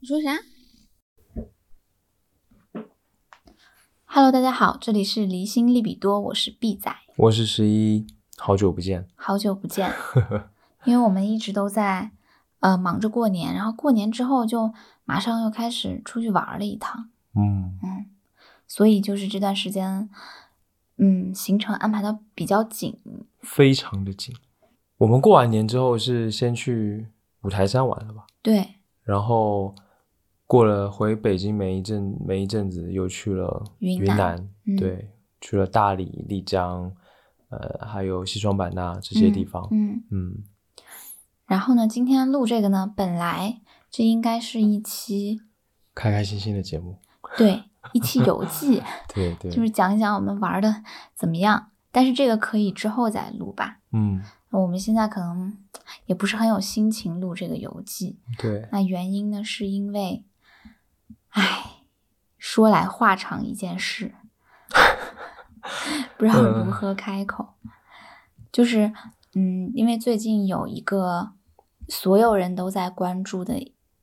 你说啥？ Hello，大家好，这里是离心利比多，我是 B 仔，我是十一，好久不见。好久不见，因为我们一直都在呃忙着过年，然后过年之后就马上又开始出去玩了一趟，嗯，所以就是这段时间，嗯，行程安排的比较紧，非常的紧。我们过完年之后是先去五台山玩了吧，对，然后过了回北京没一阵没一阵子，又去了云云南嗯对，去了大理、丽江，呃，还有西双版纳这些地方。嗯，嗯然后呢，今天录这个呢，本来这应该是一期开开心心的节目。对一期游记，对对，就是讲一讲我们玩的怎么样，但是这个可以之后再录吧，嗯，我们现在可能也不是很有心情录这个游记。对，那原因呢，是因为，唉，说来话长一件 事，不知道嗯如何开口。就是，嗯，因为最近有一个所有人都在关注的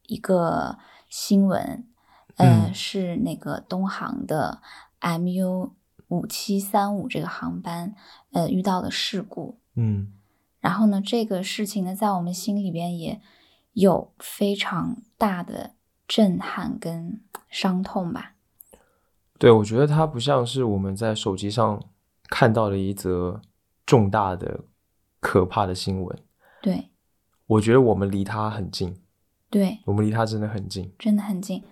一个新闻，呃，嗯是那个东航的 MU 五七三五这个航班，呃，遇到了事故。嗯然后呢，这个事情呢，在我们心里边也有非常大的震撼跟伤痛吧。对，我觉得它不像是我们在手机上看到的一则重大的、可怕的新闻。对我觉得我们离它很近，对，我们离它真的很近。真的很近，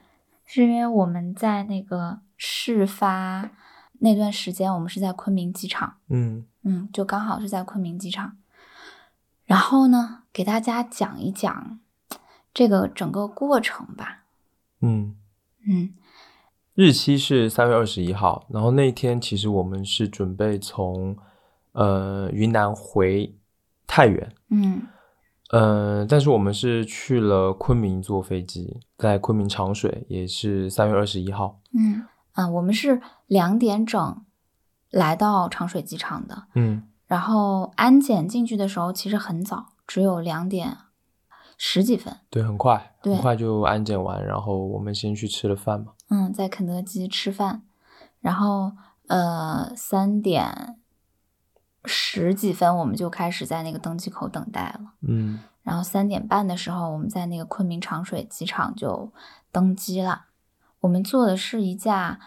是因为我们在那个事发那段时间，我们是在昆明机场，嗯嗯，就刚好是在昆明机场。然后呢，给大家讲一讲这个整个过程吧。嗯，嗯，日期是三月二十一号，然后那天其实我们是准备从呃云南回太原，嗯，呃，但是我们是去了昆明坐飞机，在昆明长水也是三月二十一号。嗯啊，我们是两点整来到长水机场的，嗯然后安检进去的时候其实很早，只有两点十几分。对，很快，对很快就安检完，然后我们先去吃了饭嘛。嗯，在肯德基吃饭，然后呃三点十几分我们就开始在那个登机口等待了。嗯然后三点半的时候，我们在那个昆明长水机场就登机了。我们坐的是一架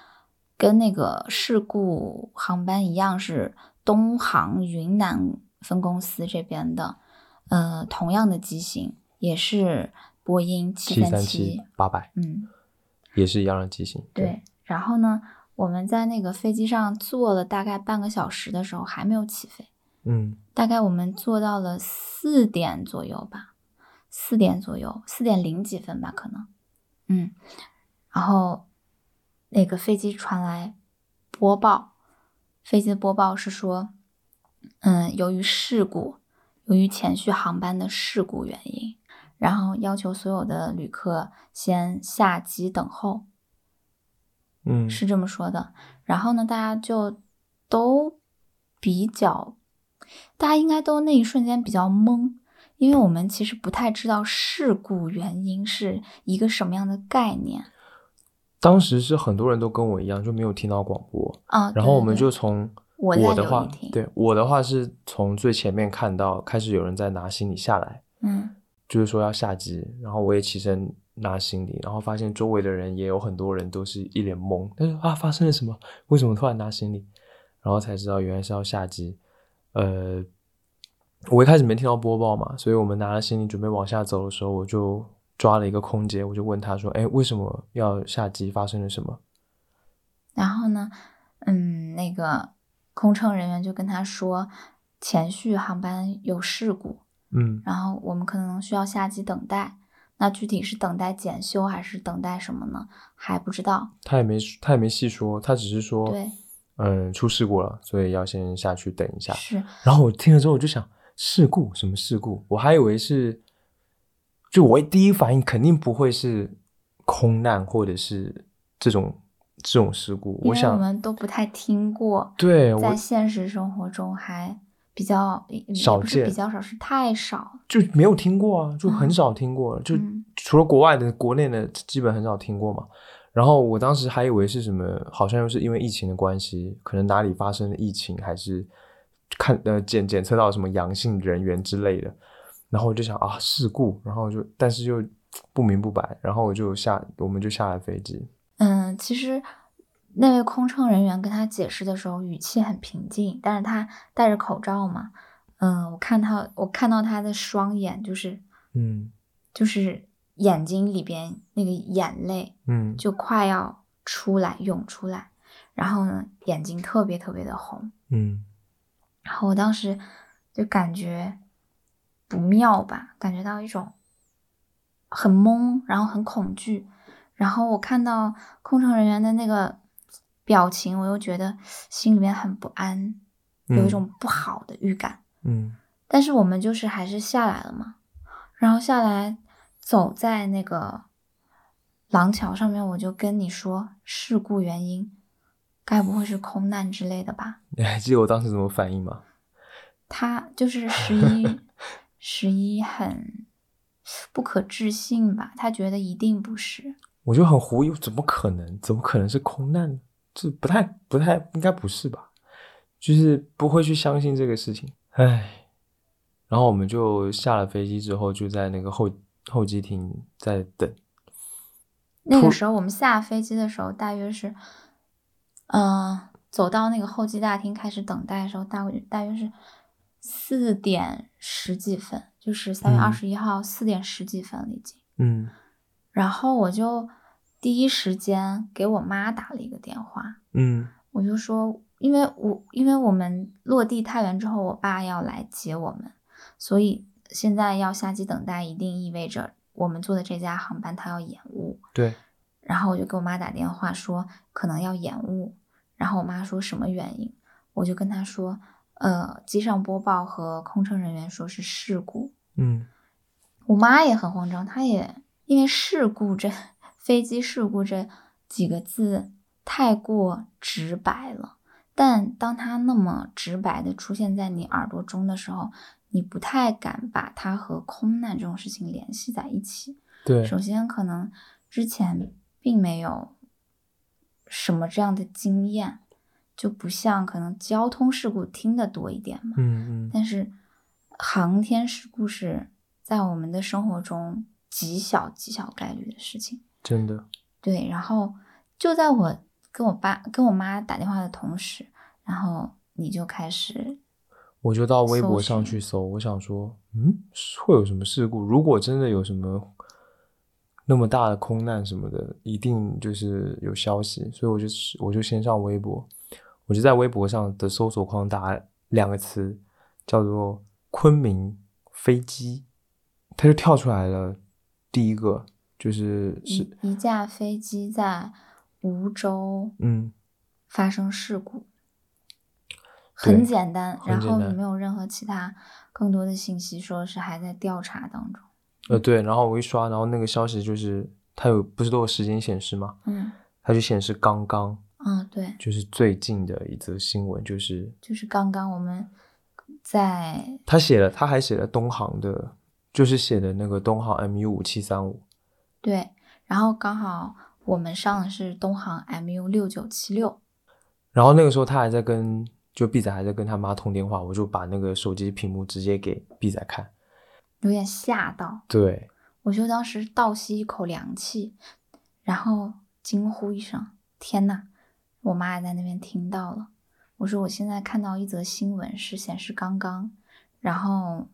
跟那个事故航班一样，是东航云南分公司这边的，呃，同样的机型，也是波音七七三三七八百嗯，也是一样的机型。对。然后呢，我们在那个飞机上坐了大概半个小时的时候，还没有起飞。嗯大概我们做到了四点左右吧，四点左右，四点零几分吧，可能，嗯，然后那个飞机传来播报，飞机的播报是说，嗯，由于事故，由于前续航班的事故原因，然后要求所有的旅客先下机等候，嗯，是这么说的。然后呢，大家就都比较，大家应该都那一瞬间比较懵，因为我们其实不太知道事故原因是一个什么样的概念当时是很多人都跟我一样，就没有听到广播，啊。然后我对们对就对从我在的留话意听，对我的话是从最前面看到开始有人在拿行李下来，嗯就是说要下机，然后我也起身拿行李，然后发现周围的人也有很多人都是一脸懵，但是啊发生了什么？为什么突然拿行李？然后才知道原来是要下机。呃，我一开始没听到播报嘛，所以我们拿了行李准备往下走的时候，我就抓了一个空姐，我就问她说：“哎，为什么要下机？发生了什么然后呢，嗯，那个空乘人员就跟他说，前续航班有事故，？”嗯然后我们可能需要下机等待。那具体是等待检修还是等待什么呢？还不知道。他也没他也没细说，他只是说，对，嗯，出事故了，所以要先下去等一下。是然后我听了之后我就想，事故什么事故？我还以为是，就我第一反应肯定不会是空难或者是这种这种事故。因为我我想，们都不太听过，对我在现实生活中还比较也少也不是见比较少，是太少。就没有听过啊，就很少听过，就嗯除了国外的，国内的基本很少听过嘛。然后我当时还以为是什么，好像又是因为疫情的关系，可能哪里发生了疫情，还是看呃检检测到什么阳性人员之类的。然后我就想啊事故，然后就但是又不明不白，然后我就下我们就下了飞机，嗯，其实那位空乘人员跟他解释的时候，语气很平静，但是他戴着口罩嘛，嗯，我看他，我看到他的双眼，就是嗯就是眼睛里边那个眼泪嗯就快要出来涌出来，然后呢，眼睛特别特别的红，嗯然后我当时就感觉不妙吧，感觉到一种很懵，然后很恐惧。然后我看到空乘人员的那个表情，我又觉得心里面很不安，有一种不好的预感。 嗯但是我们就是还是下来了嘛，然后下来走在那个廊桥上面，我就跟你说事故原因，该不会是空难之类的吧？你还哎记得我当时怎么反应吗？他就是十 一，十一很不可置信吧？他觉得一定不是，我就很狐疑，怎么可能？怎么可能是空难呢？这不太、不太应该不是吧？就是不会去相信这个事情。唉，然后我们就下了飞机之后，就在那个候候机厅在等。那突个时候我们下飞机的时候，大约是，嗯、走到那个候机大厅开始等待的时候，大约大约是四点十几分，就是三月嗯二十一号四点十几分了已经。嗯然后我就第一时间给我妈打了一个电话，嗯我就说，因为我因为我们落地太原之后，我爸要来接我们，所以现在要下机等待，一定意味着我们坐的这家航班它要延误。对，然后我就给我妈打电话说可能要延误，然后我妈说什么原因，我就跟她说，呃，机上播报和空乘人员说是事故。嗯我妈也很慌张，她也因为事故这 飞机事故这几个字太过直白了。但当它那么直白的出现在你耳朵中的时候，你不太敢把它和空难这种事情联系在一起。对，首先，可能之前并没有什么这样的经验，就不像可能交通事故听得多一点嘛。嗯嗯但是航天事故是在我们的生活中极小极小概率的事情。真的，对，然后就在我跟我爸跟我妈打电话的同时，然后你就开始，我就到微博搜上寻去搜，我想说，嗯，会有什么事故？如果真的有什么那么大的空难什么的，一定就是有消息，所以我就是我就先上微博，我就在微博上的搜索框打两个词，叫做昆明飞机，它就跳出来了，第一个就是是一一架飞机在梧州嗯发生事故，对很简单，很然简后单你没有任何其他更多的信息，说是还在调查当中。呃对，然后我一刷，然后那个消息就是它有不是都有时间显示吗？嗯它就显示刚刚。嗯，对。就是最近的一则新闻，就是就是刚刚我们在他写了，他还写了东航的，就是写的那个东航 MU 五七三五，对，然后刚好我们上的是东航 MU 六九七六，然后那个时候他还在跟就毕仔还在跟他妈通电话，我就把那个手机屏幕直接给毕仔看，有点吓到，对，我就当时倒吸一口凉气，然后惊呼一声：“天呐！”我妈也在那边听到了。我说：“我现在看到一则新闻是显示刚刚，然后，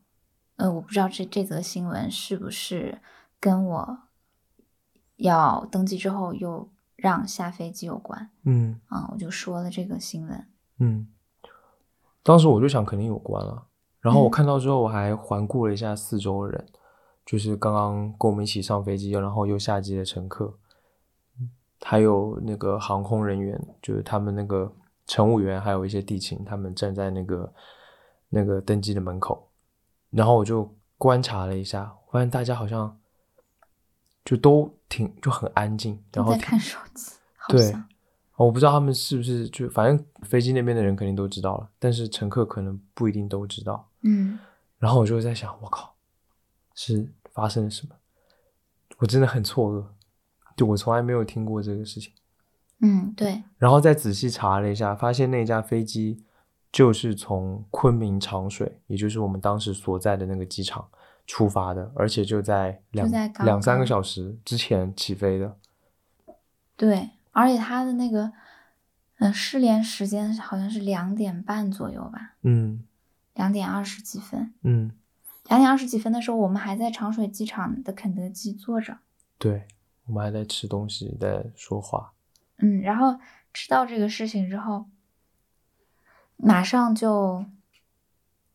呃，我不知道这这则新闻是不是跟我要登记之后又让下飞机有关嗯啊、我就说了这个新闻。嗯，当时我就想肯定有关了，然后我嗯看到之后我还环顾了一下四周的人，就是刚刚跟我们一起上飞机，然后又下机的乘客，嗯还有那个航空人员，就是他们那个乘务员，还有一些地勤，他们站在那个那个登机的门口，然后我就观察了一下，发现大家好像就都挺就很安静，都然后在挺看手机，好对像，我不知道他们是不是就反正飞机那边的人肯定都知道了，但是乘客可能不一定都知道。嗯然后我就在想，我靠，是发生了什么？我真的很错愕，就我从来没有听过这个事情。嗯，对，然后再仔细查了一下，发现那架飞机就是从昆明长水，也就是我们当时所在的那个机场出发的，而且就在两就在刚刚两三个小时之前起飞的。对，而且它的那个，呃，失联时间好像是两点半左右吧，嗯两点二十几分。嗯，两点二十几分的时候，我们还在长水机场的肯德基坐着，对，我们还在吃东西，在说话。嗯，然后知道这个事情之后，马上就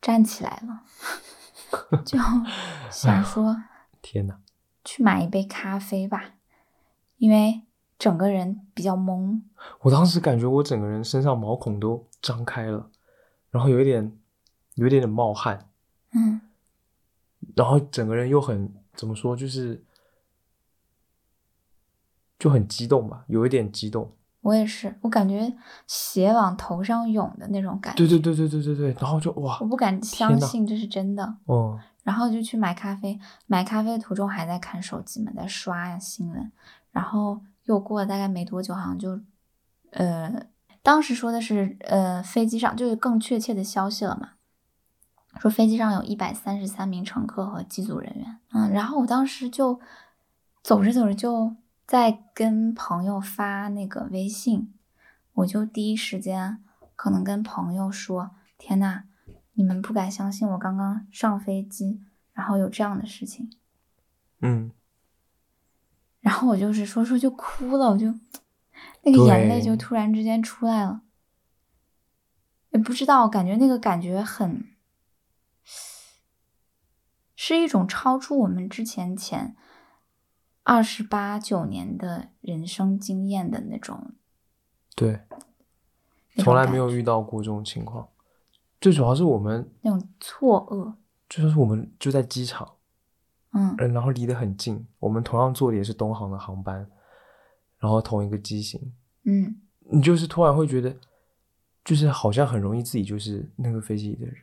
站起来了， 就哎想说天哪！去买一杯咖啡吧，因为整个人比较懵，我当时感觉我整个人身上毛孔都张开了，然后有一点，有一点点冒汗，嗯然后整个人又很怎么说，就是就很激动吧，有一点激动。我也是，我感觉血往头上涌的那种感觉，对对对对对对对，然后就哇我，不敢相天呐信这是真的。哦，然后就去买咖啡，买咖啡的途中还在看手机嘛，在刷呀新闻，然后又过了大概没多久，好像就，呃，当时说的是呃飞机上就是更确切的消息了嘛，说飞机上有一百三十三名乘客和机组人员，嗯，然后我当时就走着走着就在跟朋友发那个微信，我就第一时间可能跟朋友说，天呐，你们不敢相信我刚刚上飞机，然后有这样的事情，嗯，然后我就是说说就哭了，我就那个眼泪对就突然之间出来了，也不知道，感觉那个感觉很，是一种超出我们之前前二十八九年的人生经验的那种，对，那种从来感没有遇到过这种情况。最主要是我们，那种错愕，最主要是我们就在机场，嗯嗯，然后离得很近，我们同样坐的也是东航的航班，然后同一个机型，嗯，你就是突然会觉得，就是好像很容易自己就是那个飞机里的人，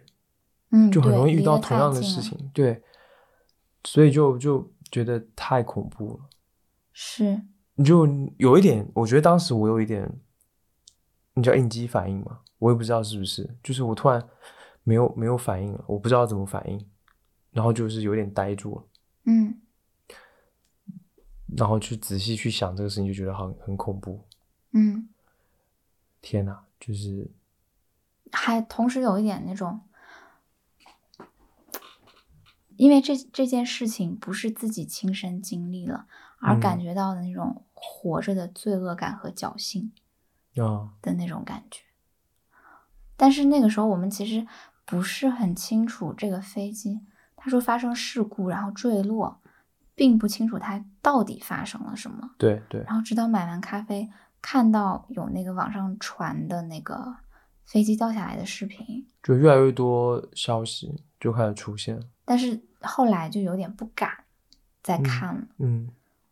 嗯，就很对容易遇离到得同太样的近事了情，对，所以就就觉得太恐怖了。是，你就有一点，我觉得当时我有一点，你叫应激反应嘛，我也不知道是不是，就是我突然没有没有反应了，我不知道怎么反应，然后就是有点呆住了，嗯然后去仔细去想这个事情，就觉得很很恐怖。嗯。天哪，就是还同时有一点那种，因为这这件事情不是自己亲身经历了，而嗯感觉到的那种活着的罪恶感和侥幸啊，的那种感觉。但是那个时候我们其实不是很清楚这个飞机，他说发生事故然后坠落，并不清楚它到底发生了什么。对对，然后直到买完咖啡，看到有那个网上传的那个飞机掉下来的视频，就越来越多消息就开始出现。但是后来就有点不敢再看了。嗯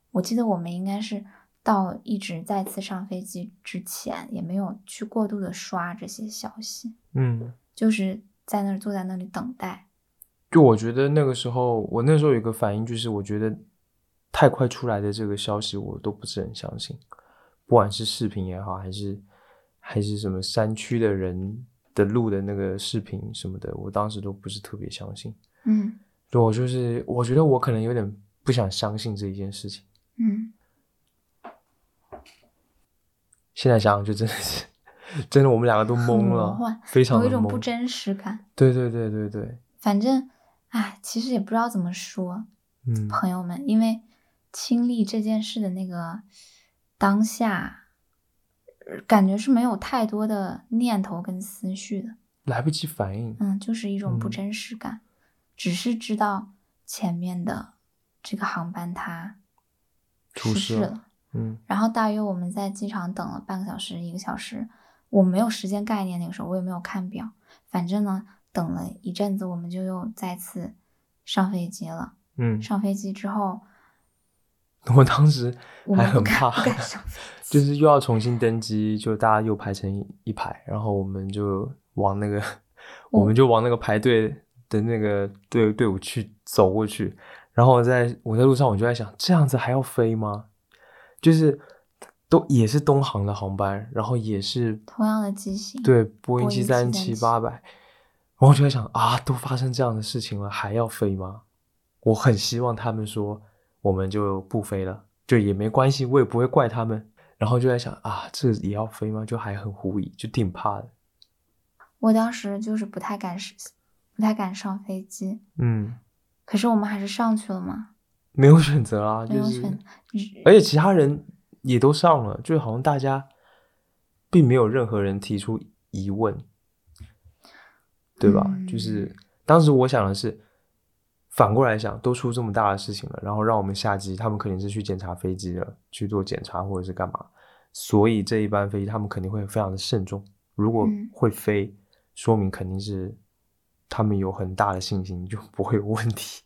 我记得我们应该是到一直再次上飞机之前，也没有去过度的刷这些消息，嗯，就是在那儿坐在那里等待。就我觉得那个时候，我那时候有一个反应，就是我觉得太快出来的这个消息，我都不是很相信，不管是视频也好，还是还是什么山区的人的录的那个视频什么的，我当时都不是特别相信。嗯就我就是我觉得我可能有点不想相信这一件事情，嗯，现在想想就真的是，真的我们两个都很懵魔了幻，非嗯常有的一种不懵。真实感。对对对对对，反正，哎，其实也不知道怎么说，嗯，朋友们，因为经历这件事的那个当下，呃感觉是没有太多的念头跟思绪的。来不及反应。嗯，就是一种不嗯真实感，只是知道前面的这个航班它出失事事了了。嗯然后大约我们在机场等了半个小时、一个小时，我没有时间概念，那个时候我也没有看表，反正呢，等了一阵子，我们就又再次上飞机了。嗯上飞机之后，我当时我还们不很敢怕，不敢上飞就机。是又要重新登机，就大家又排成一排，然后我们就往那个，我哦们就往那个排队的那个队队伍去走过去。然后我在我在路上我就在想，这样子还要飞吗？就是都也是东航的航班，然后也是同样的机型，，对，嗯波波音音七三七737八百，然后我就在想啊，都发生这样的事情了，还要飞吗？我很希望他们说我们就不飞了，就也没关系，我也不会怪他们。然后就在想啊，这也要飞吗？就还很狐疑，就挺怕的。我当时就是不太敢上，不太敢上飞机。嗯，可是我们还是上去了嘛，没有选择啊，没就有是，选。而且其他人也都上了，就好像大家并没有任何人提出疑问，对吧？嗯就是当时我想的是，反过来想，都出这么大的事情了，然后让我们下机，他们肯定是去检查飞机了，去做检查或者是干嘛，所以这一班飞机他们肯定会非常的慎重。如果嗯会飞，说明肯定是他们有很大的信心，就不会有问题。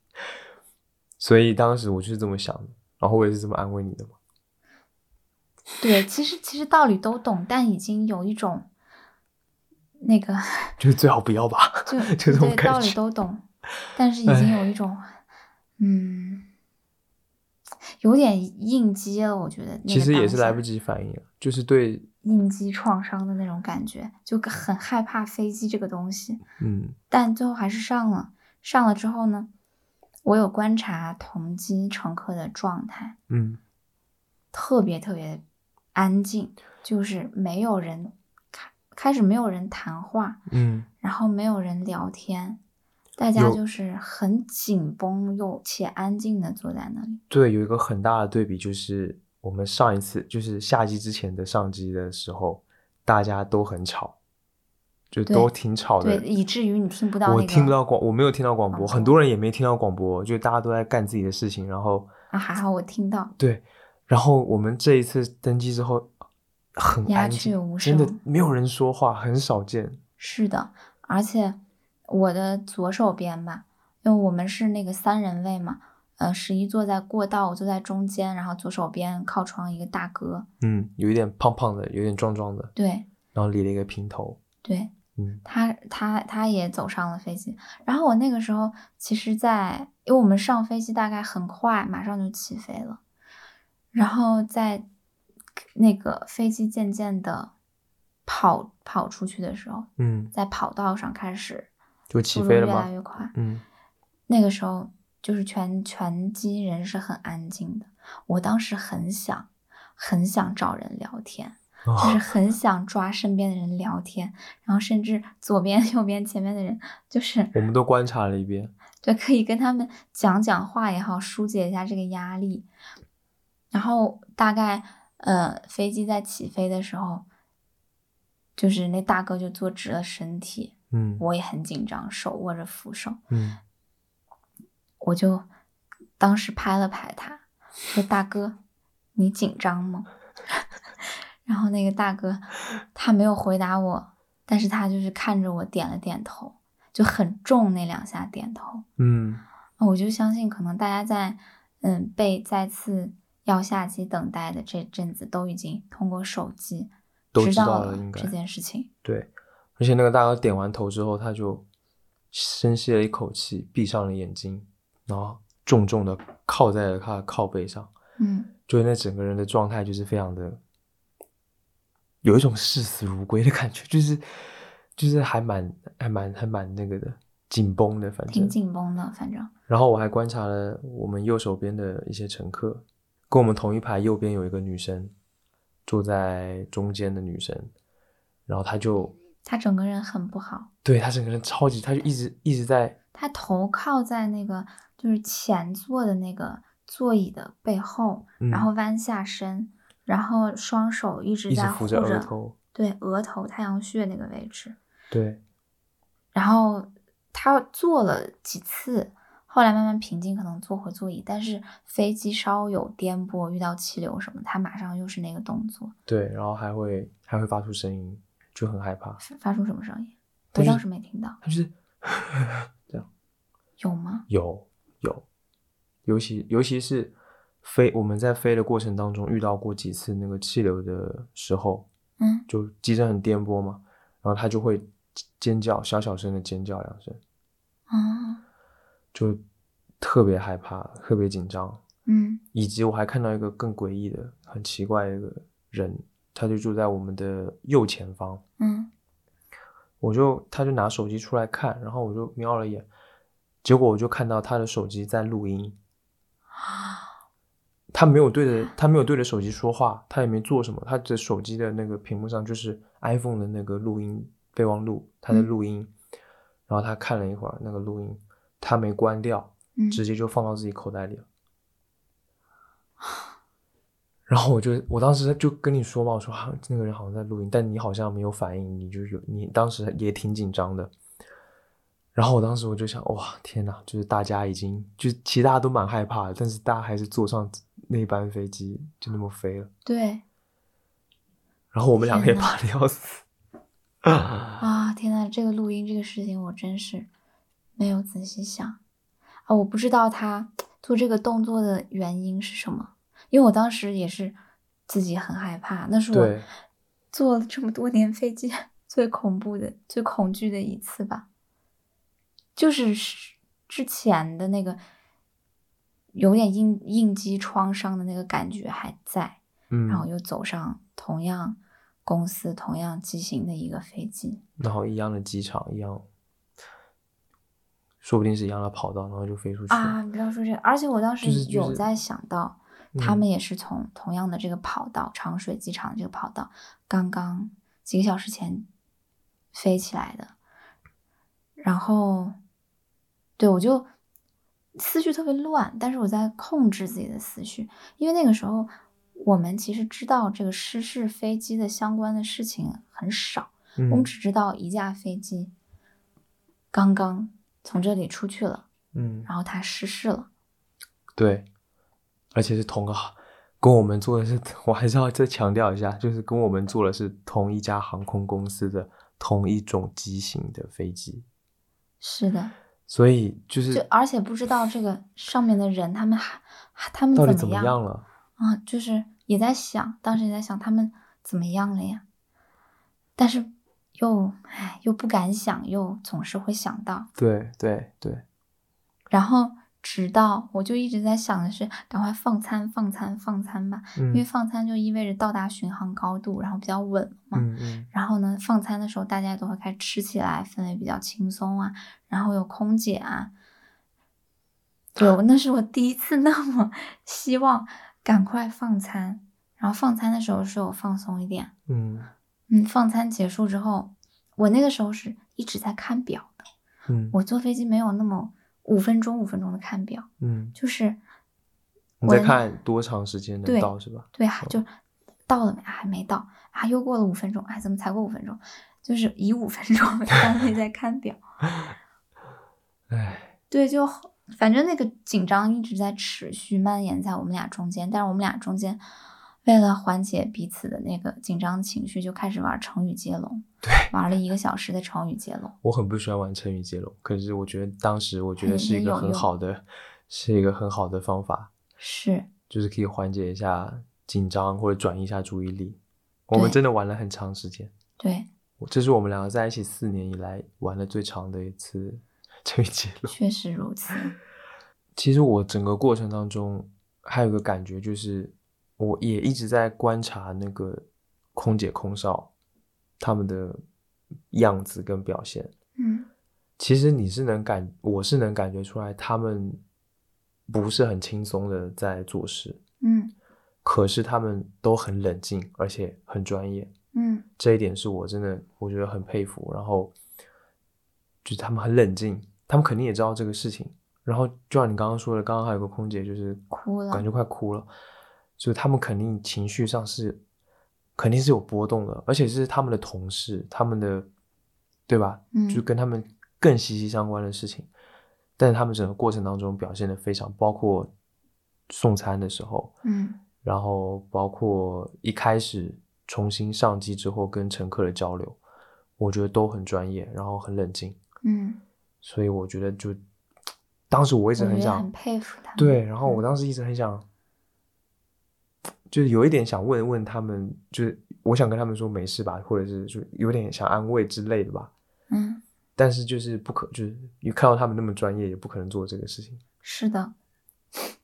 所以当时我就是这么想的，然后我也是这么安慰你的嘛。对，其实其实道理都懂，但已经有一种那个就是最好不要吧。就 这种对感道理觉都懂，但是已经有一种嗯，有点应激了，我觉得那其个实也当是来下不及反应了，就是对，应激创伤的那种感觉，就很害怕飞机这个东西，嗯但最后还是上了。上了之后呢，我有观察同机乘客的状态，嗯，特别特别安静，就是没有人开开始没有人谈话，嗯，然后没有人聊天，大家有就是很紧绷又且安静的坐在那里。对，有一个很大的对比就是我们上一次就是下机之前的上机的时候，大家都很吵，就对都挺吵的对，，以至于你听不到那个，哦我听不到广，我没有听到广播，广很多人也没听到广播，就大家都在干自己的事情，然后啊，还好我听到，对，然后我们这一次登机之后很鸦安雀静，无真的声没有人说话，很少见，是的，而且我的左手边吧，因为我们是那个三人位嘛，呃，十一坐在过道，我坐在中间，然后左手边靠窗一个大哥，嗯，有一点胖胖的，有点壮壮的，对然后理了一个平头，对，嗯他他他也走上了飞机，然后我那个时候其实在，因为我们上飞机大概很快，马上就起飞了，然后在那个飞机渐渐的跑跑出去的时候，嗯，在跑道上开始就速起度飞越了来吗？越快，嗯那个时候就是全全机人是很安静的，我当时很想很想找人聊天，就是哦，很想抓身边的人聊天，然后甚至 左边、右边、前面的人，就是我们都观察了一遍，对，可以跟他们讲讲话也好，疏解一下这个压力。然后大概呃，飞机在起飞的时候，就是那大哥就坐直了身体，嗯我也很紧张，手握着扶手，嗯，我就当时拍了拍他，说：“大哥，你紧张吗？” 然后那个大哥他没有回答我，但是他就是看着我点了点头，就很重那两下点头。嗯，我就相信，可能大家在嗯被再次要下机等待的这阵子，都已经通过手机都知知道道了应该这件事情。对，而且那个大哥点完头之后，他就深吸了一口气，闭上了眼睛，然后重重的靠在了他的靠背上，嗯，就那整个人的状态就是非常的，有一种视死如归的感觉，就是就是还蛮还蛮还蛮那个的紧绷的，反正挺紧绷的，反正然后我还观察了我们右手边的一些乘客，跟我们同一排右边有一个女生，坐在中间的女生，然后她就他整个人很不好。对她整个人超级，她就一直一直在他头靠在那个就是前座的那个座椅的背后，嗯然后弯下身，然后双手一直一直在扶护着额头，对额头太阳穴那个位置。对，然后他坐了几次，后来慢慢平静，可能坐回座椅，但是飞机稍有颠簸，遇到气流什么，他马上又是那个动作，对，然后还会还会发出声音，就很害怕，发发出什么声音？他我就当是时没听到，她就是有吗？有有，尤其尤其是飞我们在飞的过程当中遇到过几次那个气流的时候，嗯，就机身很颠簸嘛，然后他就会尖叫，小小声的尖叫两声，啊，就特别害怕，特别紧张。嗯以及我还看到一个更诡异的、很奇怪的一个人，他就住在我们的右前方，嗯我就他就拿手机出来看，然后我就瞄了一眼，结果我就看到他的手机在录音，他没有对着他没有对着手机说话，他也没做什么，他的手机的那个屏幕上就是 iPhone 的那个录音备忘录，他在录音，然后他看了一会儿那个录音，他没关掉，嗯，直接就放到自己口袋里了。然后我就，我当时就跟你说嘛，我说哈、那个人好像在录音，但你好像没有反应，你就有，你当时也挺紧张的。然后我当时我就想，哇，天哪！就是大家已经，就是其实大家都蛮害怕的，但是大家还是坐上那班飞机，就那么飞了。对然后我们两个也天怕的 要死。啊，天呐，这个录音这个事情我真是没有仔细想啊，我不知道他做这个动作的原因是什么，因为我当时也是自己很害怕，那是我对，坐了这么多年飞机最恐怖的、最恐惧的一次吧，就是是之前的那个有点应应激创伤的那个感觉还在，嗯，然后又走上同样公司、同样机型的一个飞机。然后一样的机场，一样，说不定是一样的跑道，然后就飞出去了。啊，你不要说这个，而且我当时就是就有是在想到，他嗯们也是从同样的这个跑道，长水机场这个跑道，刚刚几个小时前飞起来的。然后，对我就思绪特别乱，但是我在控制自己的思绪，因为那个时候我们其实知道这个失事飞机的相关的事情很少。嗯我们只知道一架飞机刚刚从这里出去了，嗯，然后它失事了。对，而且是同个航，跟我们做的是， 我还是要再强调一下，就是跟我们做的是同一家航空公司的同一种机型的飞机，是的，所以就是就而且不知道这个上面的人他们还还他们到底怎怎么样样了？啊、就是也在想，当时也在想他们怎么样了呀，但是又唉又不敢想，又总是会想到。对对对，然后直到我就一直在想的是，赶快放餐放餐放餐吧，因为嗯放餐就意味着到达巡航高度，然后比较稳嘛。嗯嗯，然后呢，放餐的时候大家都会开始吃起来，氛围比较轻松啊，然后有空姐啊。对，我那是我第一次那么希望赶快放餐，然后放餐的时候是我放松一点。嗯嗯，放餐结束之后，我那个时候是一直在看表的。嗯我坐飞机没有那么五分钟五分钟的看表，嗯，就是你我再的看多长时间能对到是吧？对啊，就到了没？还没到啊，又过了五分钟，哎，怎么才过五分钟？就是以五分钟为 单位在看表。唉，对，就好反正那个紧张一直在持续蔓延在我们俩中间，但是我们俩中间为了缓解彼此的那个紧张情绪，就开始玩成语接龙，对，玩了一个小时的成语接龙。我很不喜欢玩成语接龙，可是我觉得当时我觉得很是一很个有很用好的，是一个很好的方法。是，就是可以缓解一下紧张或者转移一下注意力。我们对真的玩了很长时间，对，我这是我们两个在一起四年以来玩的最长的一次 成语接龙。确实如此。其实我整个过程当中还有一个感觉，就是我也一直在观察那个空姐、空少他们的样子跟表现。嗯其实你是能感，我是能感觉出来，他们不是很轻松的在做事。嗯可是他们都很冷静，而且很专业，嗯这一点是我真的我觉得很佩服。然后就是他们很冷静，他们肯定也知道这个事情。然后就像你刚刚说的，刚刚还有个空姐就是哭了感觉快哭了，就是他们肯定情绪上是肯定是有波动的，而且是他们的同事，他们的对吧？嗯就跟他们更息息相关的事情。但是他们整个过程当中表现的非常，包括送餐的时候，嗯然后包括一开始重新上机之后跟乘客的交流，我觉得都很专业，然后很冷静，嗯，所以我觉得就当时我我一直觉很得想很佩服他们。对，然后我嗯当时一直很想就是有一点想问问他们，就是我想跟他们说没事吧，或者是就有点想安慰之类的吧。嗯，但是就是不可，就是你看到他们那么专业，也不可能做这个事情，是的，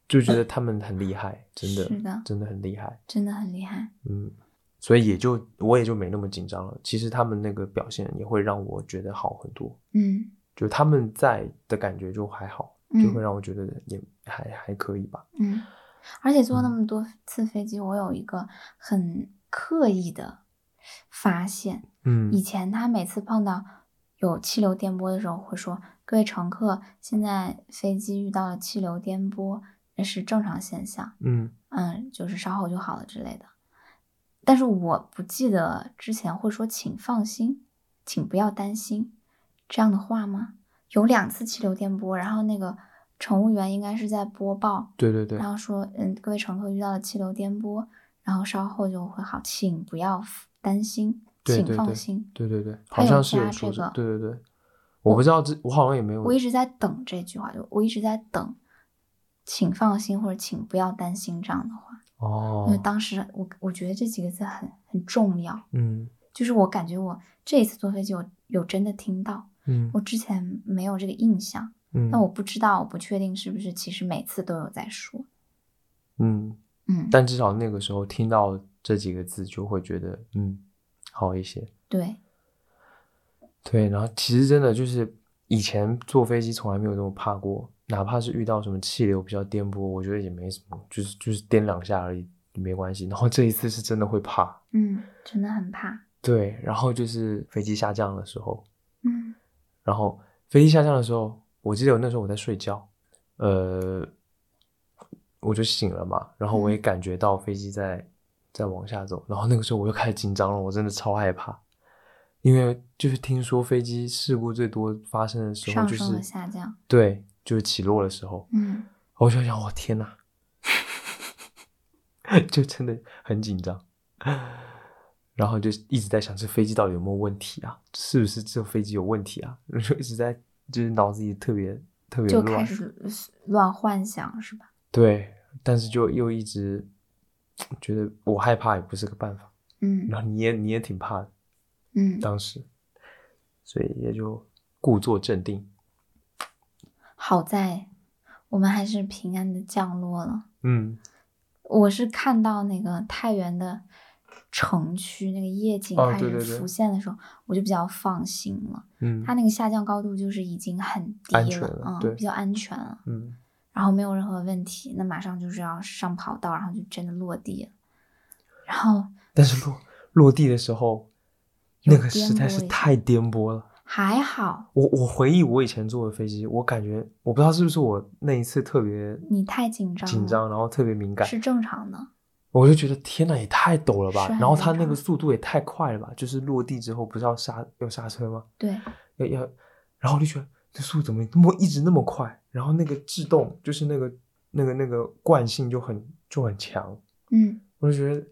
就觉得他们很厉害，真的，是的，真的很厉害。真的很厉害。嗯，所以也就我也就没那么紧张了。其实他们那个表现也会让我觉得好很多，嗯就他们在的感觉就还好，就会嗯让我觉得也还还可以吧。嗯，而且坐那嗯么多次飞机，我有一个很刻意的发现，嗯以前他每次碰到有气流颠簸的时候，会说：“各位乘客，现在飞机遇到了气流颠簸，这是正常现象，嗯嗯，就是稍后就好了之类的。”但是我不记得之前会说“请放心”“请不要担心”这样的话吗？有两次气流颠簸，然后那个乘务员应该是在播报，对对对然，后说：“嗯，各位乘客遇到了气流颠簸，然后稍后就会好，请不要担心，对请对放对心。对对对，他好有像是加有说这个对对对，我不知道这我好像也没有我一直在等这句话，就我一直在等，请放心或者请不要担心这样的话，因为哦，当时我我觉得这几个字很很重要，嗯就是我感觉我这一次坐飞机我有真的听到，嗯我之前没有这个印象，嗯，但我不知道，我不确定是不是其实每次都有在说，嗯，嗯，但至少那个时候听到这几个字，就会觉得嗯好一些。对，对，然后其实真的就是以前坐飞机从来没有这么怕过，哪怕是遇到什么气流比较颠簸，我觉得也没什么，就是就是颠两下而已，没关系。然后这一次是真的会怕，嗯，真的很怕，对。然后就是飞机下降的时候，嗯然后飞机下降的时候，我记得我那时候我在睡觉，呃，我就醒了嘛，然后我也嗯感觉到飞机在在往下走，然后那个时候我又开始紧张了，我真的超害怕，因为就是听说飞机事故最多发生的时候上就是升和下降对，就是起落的时候，嗯我就想，我天哪， 就真的很紧张。然后就一直在想，这飞机到底有没有问题啊？是不是这飞机有问题啊？ 就一直在，就是脑子里特别特别就乱开，始乱幻想是吧？对。但是就又一直觉得我害怕也不是个办法，嗯然后你也你也挺怕的，嗯，当时，所以也就故作镇定。好在我们还是平安的降落了。嗯，我是看到那个太原的城区那个夜景哦开对始对对浮现的时候，我就比较放心了。嗯它那个下降高度就是已经很低安全了对嗯，比较安全了，嗯，然后没有任何问题。那马上就是要上跑道，然后就真的落地了。然后但是落落地的时候，有那个实颠在簸是一下太颠簸了。还好我我回忆我以前坐的飞机，我感觉我不知道是不是我那一次特别你太紧张了，紧张，然后特别敏感，是正常的。我就觉得天呐，也太陡了吧！是很然后它正那个常速度也太快了吧！就是落地之后不是要刹要刹车吗？对，要要，然后我就觉得这速度怎么那么一直那么快？然后那个制动就是那个那个那个惯性就很就很强，嗯，我就觉得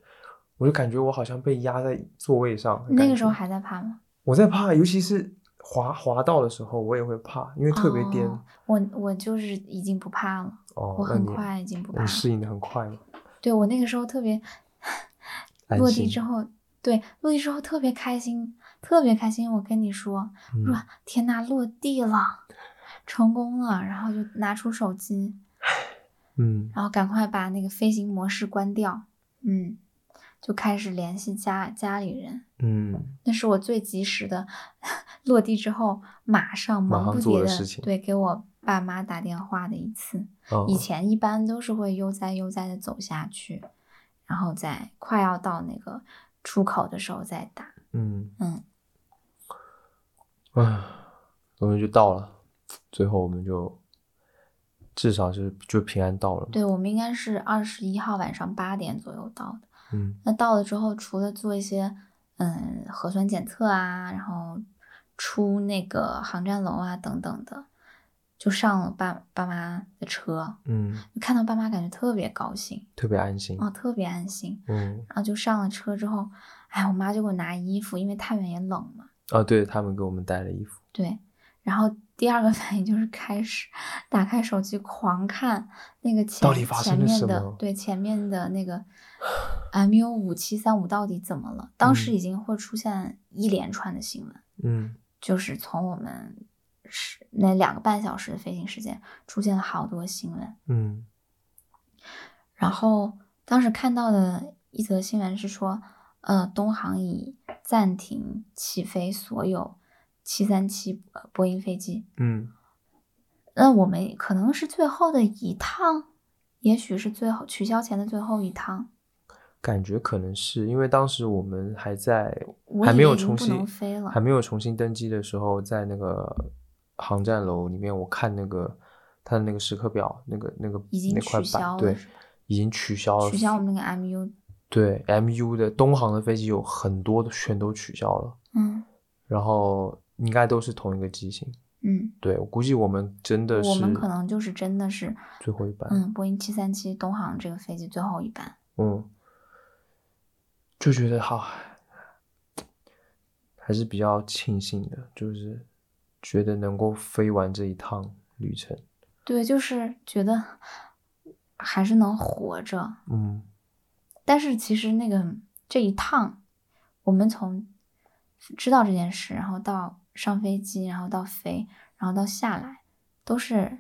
我就感觉我好像被压在座位上。那个时候感觉还在怕吗？我在怕，尤其是滑滑道的时候，我也会怕，因为特别颠。哦我我就是已经不怕了，哦，我那很你快已经不怕你了。适应的很快吗？对我那个时候特别安落地心之后，对落地之后特别开心，特别开心。我跟你说，我说嗯，天呐，落地了，成功了！然后就拿出手机，嗯然后赶快把那个飞行模式关掉，嗯，就开始联系家家里人。嗯，那是我最及时的 落地之后，马上马忙上不做迭的的事情对给我爸妈打电话的一次。哦以前一般都是会悠哉悠哉的走下去，然后在快要到那个出口的时候再打。嗯嗯啊，终于就到了，最后我们就至少是就平安到了嘛。对，我们应该是二十一号晚上八点左右到的。嗯那到了之后，除了做一些嗯核酸检测啊，然后出那个航站楼啊等等的，就上了爸爸妈的车，嗯，就看到爸妈感觉特别高兴特别安心啊、。特别安心。嗯然后就上了车之后，哎，我哦妈就给我拿衣服，因为太原也冷嘛。啊，对他们给我们带了衣服。对，然后第二个 反应就是开始打开手机狂看那个前到底发前生了面什的么对前面的那 个 MU 五七三五到底怎么了？当时已经会出现一连串的新闻，嗯就是从我们是那两个半小时的飞行时间出现了好多新闻，嗯然后当时看到的一则新闻是说，呃，东航已暂停起飞所有七三七呃波音飞机。嗯那我们可能是最后的一趟，也许是最后取消前的最后一趟。感觉可能是因为当时我们还在我还以没有为已经重不新能飞了还没有重新登机的时候，在那个航站楼里面，我看那个他的那个时刻表，那个那个已经那块取消板，了对是吧，已经取消了，取消我们那个 MU，对 MU 的东航的飞机有很多全都取消了，嗯然后应该都是同一个机型。嗯，对，我估计我们真的我是们可能就是真的是，最后一班，嗯，波音七三七东航这个飞机最后一班。嗯，就觉得好，还是比较庆幸的，就是觉得能够飞完这一趟旅程，对，就是觉得还是能活着，嗯但是其实那个这一趟，我们从知道这件事，然后到上飞机，然后到飞，然后到下来，都是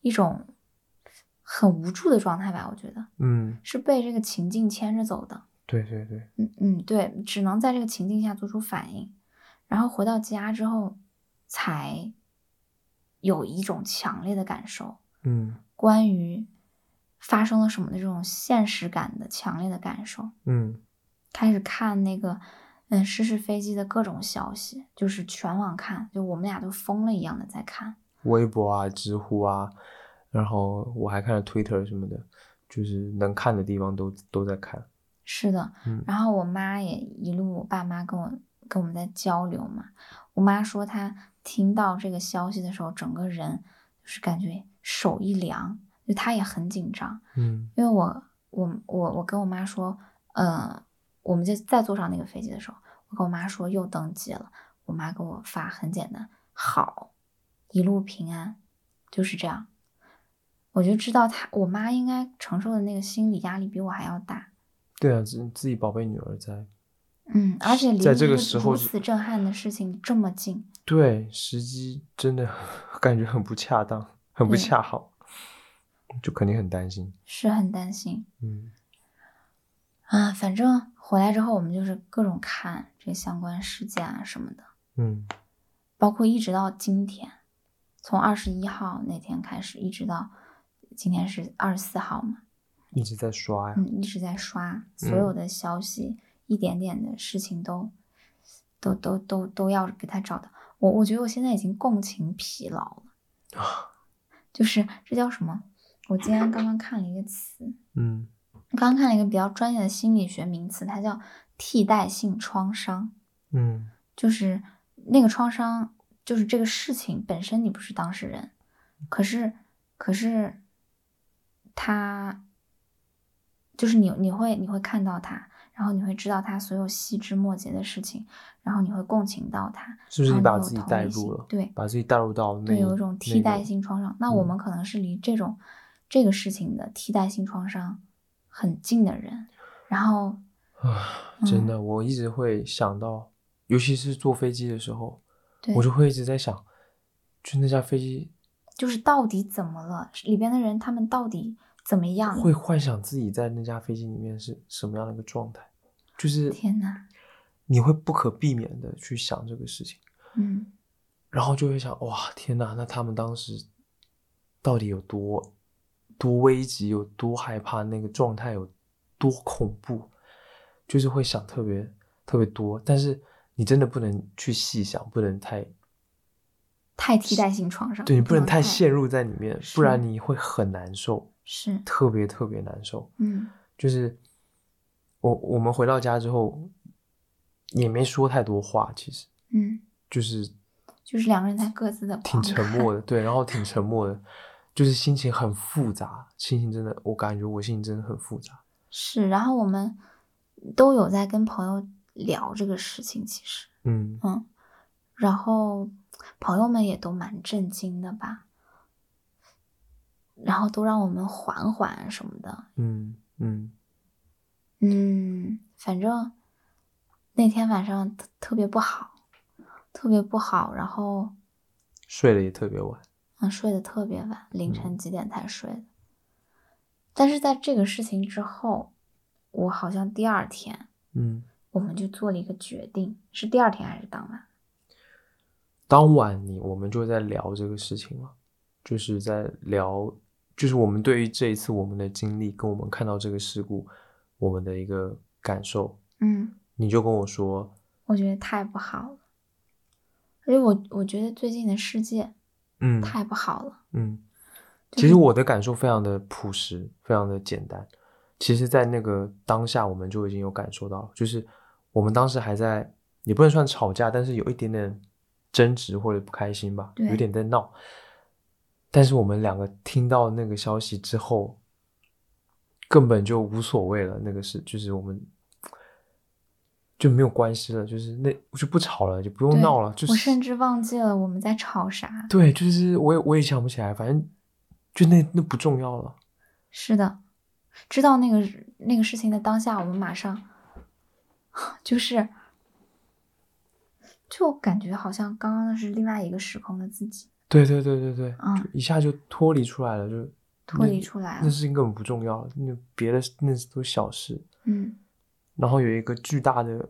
一种很无助的状态吧？我觉得嗯，是被这个情境牵着走的。对对对，嗯嗯，对，只能在这个情境下做出反应，然后回到家之后才有一种强烈的感受，嗯关于发生了什么的这种现实感的强烈的感受。嗯开始看那个，嗯，失事飞机的各种消息，就是全网看，就我们俩都疯了一样的在看。微博啊、知乎啊，然后我还看了 Twitter 什么的，就是能看的地方都都在看，是的，嗯然后我妈也一路，我爸妈跟我跟我们在交流嘛。我妈说她听到这个消息的时候，整个人就是感觉手一凉，就她也很紧张，嗯因为我我我我跟我妈说，呃，我们就在坐上那个飞机的时候，我跟我妈说又登机了，我妈给我发很简单，好，一路平安，就是这样。我就知道她，我妈应该承受的那个心理压力比我还要大。对啊，自自己宝贝女儿在，嗯，而且离在一这个时候如是此震撼的事情这么近，对，时机真的 感觉很不恰当，很不对恰好，就肯定很担心，是很担心嗯啊。反正回来之后，我们就是各种看这相关事件啊什么的，嗯包括一直到今天，从二十一号那天开始，一直到今天是二十四号嘛，一直在刷呀、嗯，一直在刷所有的消息，一点点的事情都都都都都要给他找到。我我觉得我现在已经共情疲劳了，就是这叫什么？我今天刚刚看了一个词，嗯我刚刚看了一个比较专业的心理学名词，它叫替代性创伤，嗯就是那个创伤，就是这个事情本身你不是当事人，可是可是他就是你你会你会看到他，然后你会知道他所有细枝末节的事情，然后你会共情到他，是不是然后你把哦有自己同带理入心了，对，把自己带入到那对，有一种替代，性创伤。那我嗯们可能是离这种这个事情的替代性创伤很近的人，然后那个、啊，真的，我一直会想到，尤其是坐飞机的时候，对，我就会一直在想，就那架飞机就是到底怎么了？里边的人他们到底怎么样？会幻想自己在那架飞机里面是什么样的一个状态，就是天哪，你会不可避免的去想这个事情，嗯，然后就会想，哇，天哪，那他们当时到底有多多危急，有多害怕，那个状态有多恐怖，就是会想特别特别多，但是你真的不能去细想，不能太太替代性创伤，对你不不能太陷陷入在里面，不是然你会很难受，是，特别特别难受。嗯就是我我们回到家之后也没说太多话，其实嗯，就是就是两个人在各自的挺狂沉看默的，对，然后挺沉默的，就是心情很复杂，心情真的，我感觉我心情真的很复杂， 是，然后我们都有在跟朋友聊这个事情，其实。嗯嗯，然后朋友们也都蛮震惊的吧，然后都让我们缓缓什么的。嗯嗯嗯，反正那天晚上特特别不好，特别不好，然后睡得也特别晚。嗯睡得特别晚，凌晨嗯几点才睡的。但是在这个事情之后，我好像第二天嗯，我们就做了一个决定，是第二天还是当晚？当晚你我们就在聊这个事情了，就是在聊，就是我们对于这一次我们的经历跟我们看到这个事故，我们的一个感受。嗯，你就跟我说，我觉得太不好了，而且我我觉得最近的世界嗯太不好了。嗯，就是其实我的感受非常的朴实，非常的简单。其实，在那个当下，我们就已经有感受到了，就是我们当时还在，也不能算吵架，但是有一点点争执或者不开心吧，对有点在闹。但是我们两个听到那个消息之后，根本就无所谓了，那个事就是我们就没有关系了，就是那就不吵了，就不用对闹了，就是我甚至忘记了我们在吵啥。对，就是我也我也想不起来，反正就那那不重要了。是的，知道那个那个事情的当下，我们马上 就是就感觉好像刚刚是另外一个时空的自己，对对对对对，嗯就一下就脱离出来了，就脱那离出来那了。事情根本不重要，那别的那都小事。嗯，然后有一个巨大的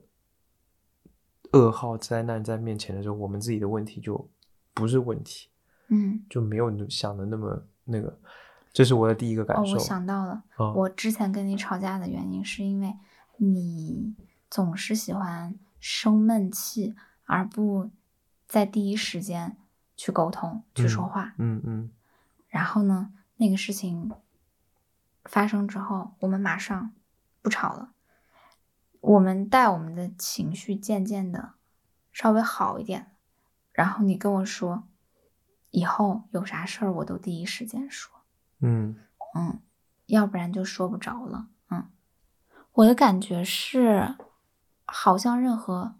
噩耗灾难在面前的时候，我们自己的问题就不是问题，嗯，就没有想的那么那个。这是我的第一个感哦，受。我想到了，啊我之前跟你吵架的原因是因为你总是喜欢生闷气，而不在第一时间去沟通、去说嗯话。嗯嗯然后呢，那个事情发生之后，我们马上不吵了。我们带我们的情绪渐渐的稍微好一点，然后你跟我说，以后有啥事儿我都第一时间说，嗯嗯，要不然就说不着了，嗯。我的感觉是，好像任何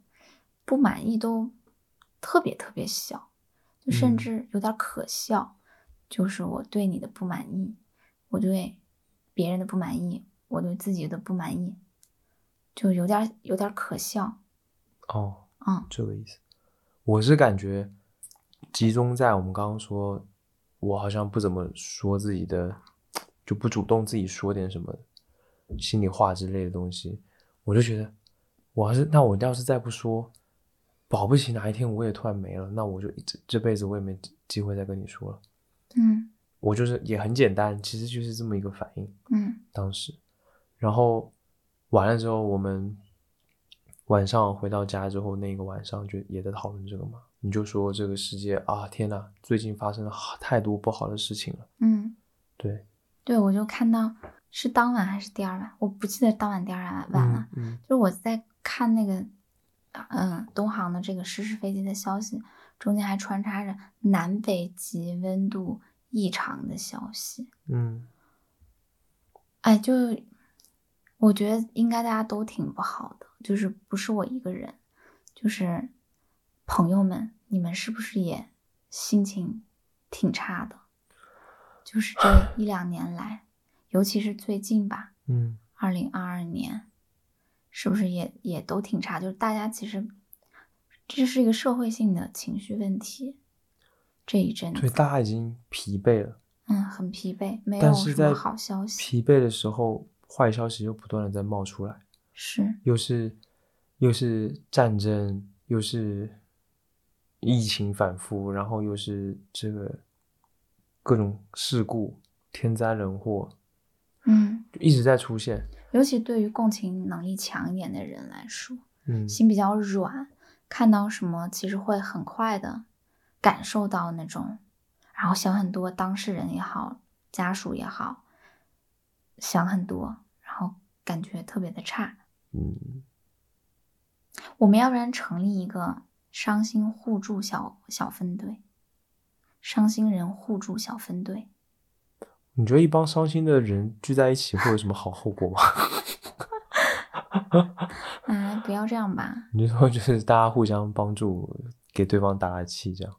不满意都特别特别小，就甚嗯至有点可笑。就是我对你的不满意，我对别人的不满意，我对自己的不满意，就有点有点可笑。哦。嗯这个意思。我是感觉集中在我们刚刚说，我好像不怎么说自己的，就不主动自己说点什么心里话之类的东西，我就觉得，我要是那我要是再不说，保不齐哪一天我也突然没了，那我就这这辈子我也没机会再跟你说了。嗯我就是也很简单，其实就是这么一个反应。嗯当时，然后完了之后，我们晚上回到家之后，那个晚上就也在讨论这个嘛，你就说这个世界啊，天呐，最近发生了啊太多不好的事情了。嗯，对，对，我就看到是当晚还是第二晚，我不记得当晚第二晚晚了。嗯就是我在看那个，嗯，东航的这个失事飞机的消息，中间还穿插着南北极温度异常的消息。嗯哎，就我觉得应该大家都挺不好的，就是不是我一个人，就是朋友们，你们是不是也心情挺差的？就是这一两年来，尤其是最近吧，嗯二零二二年，是不是也也都挺差？就是大家其实这是一个社会性的情绪问题，这一阵嗯，子对，大家已经疲惫了，嗯很疲惫，没有但是什在么好消息。疲惫的时候，坏消息又不断的在冒出来。是，又是又是战争，又是疫情反复，然后又是这个各种事故、天灾人祸，嗯，就一直在出现。尤其对于共情能力强一点的人来说，嗯心比较软，看到什么其实会很快的感受到那种，然后想很多，当事人也好，家属也好，想很多，然后感觉特别的差。嗯，我们要不然成立一个伤心互助小小分队，伤心人互助小分队。你觉得一帮伤心的人聚在一起会有什么好后果吗？ 哎，不要这样吧，你就说就是大家互相帮助，给对方打打气，这样。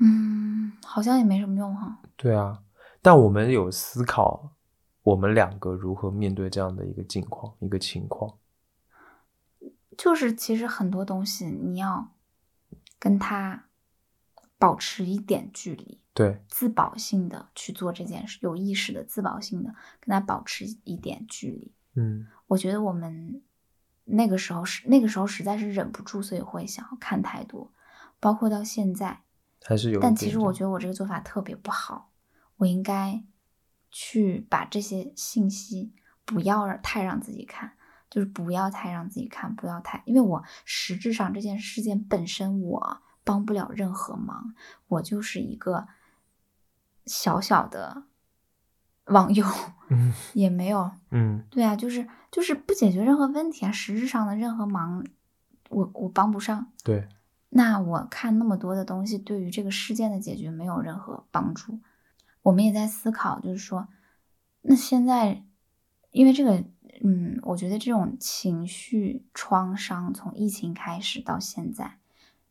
嗯，好像也没什么用哈、对啊，但我们有思考，我们两个如何面对这样的一个境况、一个情况。就是其实很多东西你要跟他保持一点距离，对，自保性的去做这件事，有意识的自保性的跟他保持一点距离。嗯，我觉得我们那个时候是那个时候实在是忍不住，所以会想要看太多，包括到现在。还是有一点这样。但其实我觉得我这个做法特别不好，我应该去把这些信息不要让太让自己看，就是不要太让自己看，不要太，因为我实质上这件事件本身我帮不了任何忙，我就是一个小小的网友， 嗯也没有嗯对啊，就是就是不解决任何问题啊，实质上的任何忙，我我帮不上。对，那我看那么多的东西，对于这个事件的解决没有任何帮助。我们也在思考，就是说，那现在因为这个，嗯，我觉得这种情绪创伤从疫情开始到现在，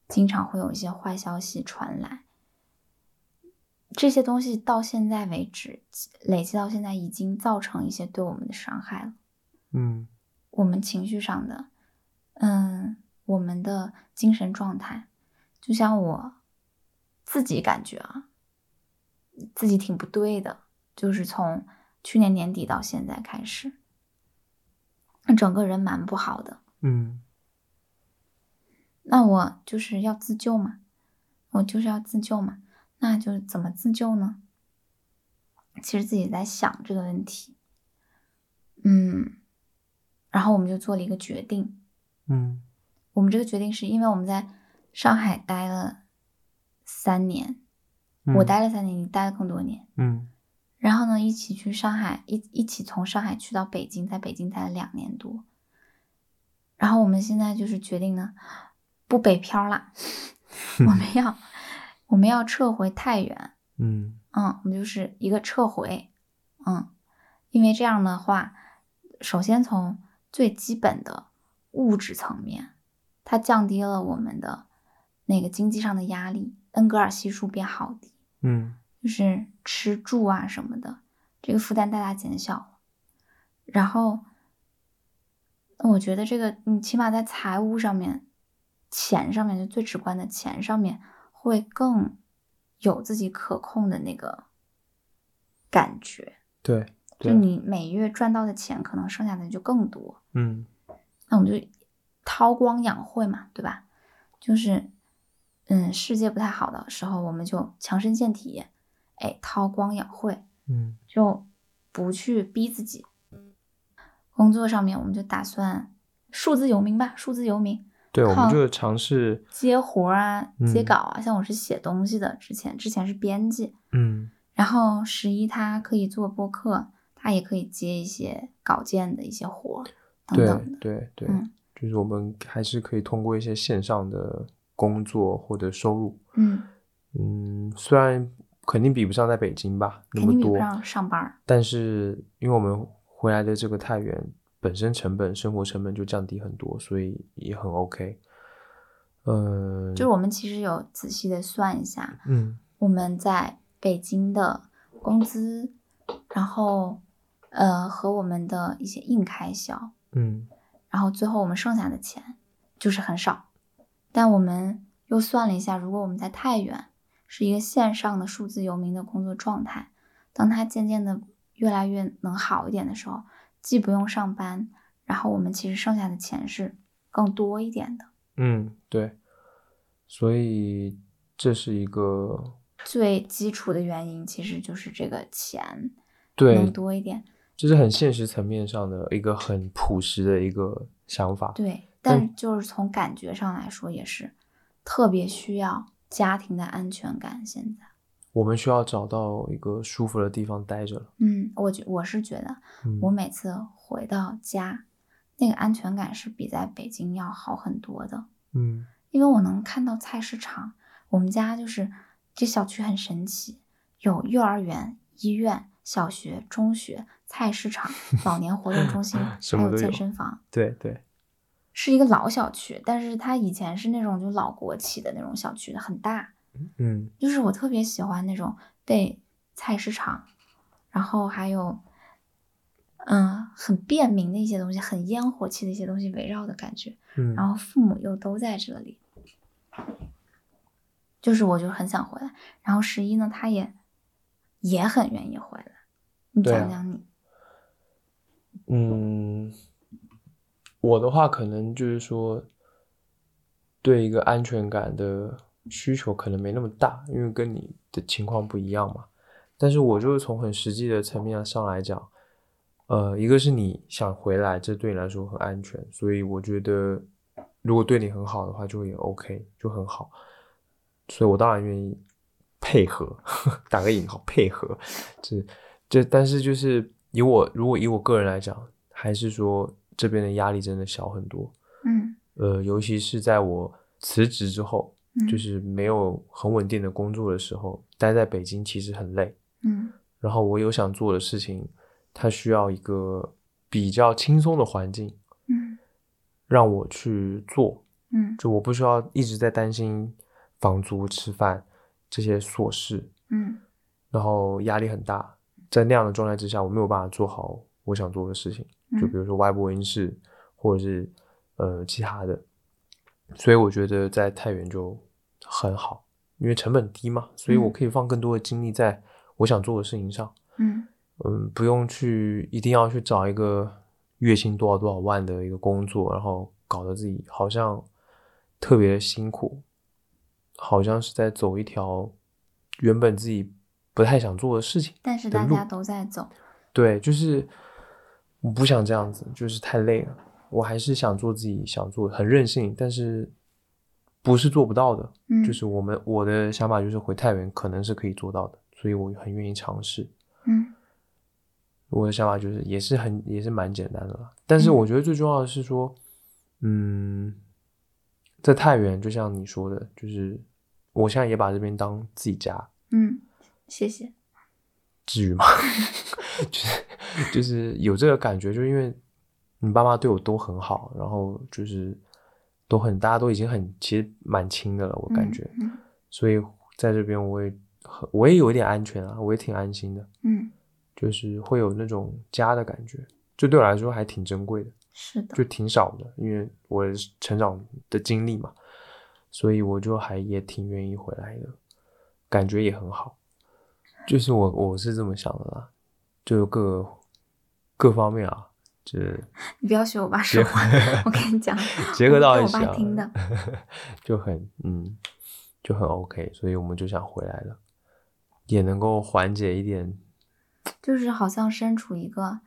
经常会有一些坏消息传来。这些东西到现在为止累积到现在，已经造成一些对我们的伤害了。嗯我们情绪上的，嗯，我们的精神状态，就像我自己感觉啊，自己挺不对的，就是从去年年底到现在开始，整个人蛮不好的。嗯那我就是要自救嘛，我就是要自救嘛，那就怎么自救呢？其实自己在想这个问题，嗯，然后我们就做了一个决定，嗯我们这个决定是因为我们在上海待了三年，嗯，我待了三年，你待了更多年。嗯然后呢，一起去上海，一一起从上海去到北京，在北京待了两年多。然后我们现在就是决定呢，不北漂啦， 我们要我们要撤回太原，嗯嗯，我们就是一个撤回，嗯，因为这样的话，首先从最基本的物质层面，它降低了我们的那个经济上的压力，恩格尔系数变好低，嗯就是吃住啊什么的，这个负担大大减小了。然后，我觉得这个你起码在财务上面，钱上面就最直观的钱上面，会更有自己可控的那个感觉，对就对，你每月赚到的钱，可能剩下的就更多。嗯那我们就韬光养晦嘛，对吧？就是，嗯，世界不太好的时候，我们就强身健体，哎，韬光养晦，嗯就不去逼自己。工作上面，我们就打算数字游民吧，数字游民对，我们靠就尝试接活儿啊，接嗯稿啊。像我是写东西的，之前之前是编辑，嗯然后十一他可以做播客，他也可以接一些稿件的一些活儿等对等的。对对，嗯就是我们还是可以通过一些线上的工作或者收入，嗯，嗯，虽然肯定比不上在北京吧那肯么定比不多，上上班儿。但是因为我们回来的这个太原本身成本、生活成本就降低很多，所以也很 OK。嗯，就是我们其实有仔细的算一下，嗯我们在北京的工资，然后呃和我们的一些硬开销，嗯然后最后我们剩下的钱就是很少。但我们又算了一下，如果我们在太原是一个线上的数字游民的工作状态，当它渐渐的越来越能好一点的时候，既不用上班，然后我们其实剩下的钱是更多一点的。嗯，对，所以这是一个最基础的原因其实就是这个钱对能，多一点，就是很现实层面上的一个很朴实的一个想法。对，但但就是从感觉上来说也是特别需要家庭的安全感。现在，我们需要找到一个舒服的地方待着了。嗯，我觉我是觉得，嗯我每次回到家，那个安全感是比在北京要好很多的，嗯因为我能看到菜市场。我们家就是这小区很神奇，有幼儿园、医院、小学、中学、菜市场、老年活动中心 ，什还么有都有健身房。对对，是一个老小区，但是它以前是那种就老国企的那种小区，很大。嗯就是我特别喜欢那种被菜市场，然后还有嗯很便民的一些东西，很烟火气的一些东西围绕的感觉。嗯然后父母又都在这里，就是我就很想回来。然后十一呢，他也也很愿意回来。你对啊讲讲你，嗯，我的话可能就是说，对一个安全感的需求可能没那么大，因为跟你的情况不一样嘛。但是我就是从很实际的层面上来讲，呃，一个是你想回来，这对你来说很安全，所以我觉得如果对你很好的话，就也 OK，就很好。所以我当然愿意配合， 打个引号配合，这这，但是就是以我如果以我个人来讲，还是说这边的压力真的小很多。嗯呃，尤其是在我辞职之后，嗯，就是没有很稳定的工作的时候，待在北京其实很累。嗯然后我有想做的事情，它需要一个比较轻松的环境嗯让我去做，嗯就我不需要一直在担心房租、吃饭这些琐事。嗯然后压力很大，在那样的状态之下，我没有办法做好我想做的事情，嗯就比如说外播音室，或者是呃其他的，所以我觉得在太原就很好，因为成本低嘛，所以我嗯可以放更多的精力在我想做的事情上，嗯嗯，不用去一定要去找一个月薪多少多少万的一个工作，然后搞得自己好像特别辛苦，好像是在走一条原本自己不太想做的事情。但是的大路家都在走，对，就是我不想这样子，就是太累了。我还是想做自己想做，很任性，但是不是做不到的。嗯，就是我们我的想法就是回太原可能是可以做到的，所以我很愿意尝试。嗯我的想法就是也是很也是蛮简单的啦。但是嗯我觉得最重要的是说，嗯，在太原，就像你说的，就是我现在也把这边当自己家， 嗯，谢谢，至于吗？就是就是有这个感觉，就是因为你爸妈对我都很好，然后就是都很大家都已经很其实蛮亲的了，我感嗯觉，嗯所以在这边我也很我也有一点安全啊，我也挺安心的，嗯就是会有那种家的感觉，这对我来说还挺珍贵的。是的，就挺少的，因为我成长的经历嘛，所以我就还也挺愿意回来的，感觉也很好。就是我我是这么想的啦，就各各方面啊，就是你不要学我爸说 话，我跟你讲，结合到给嗯一我起、爸啊，听的， 就很嗯就很 OK，所以我们就想回来了，也能够缓解一点，就是好像身处一个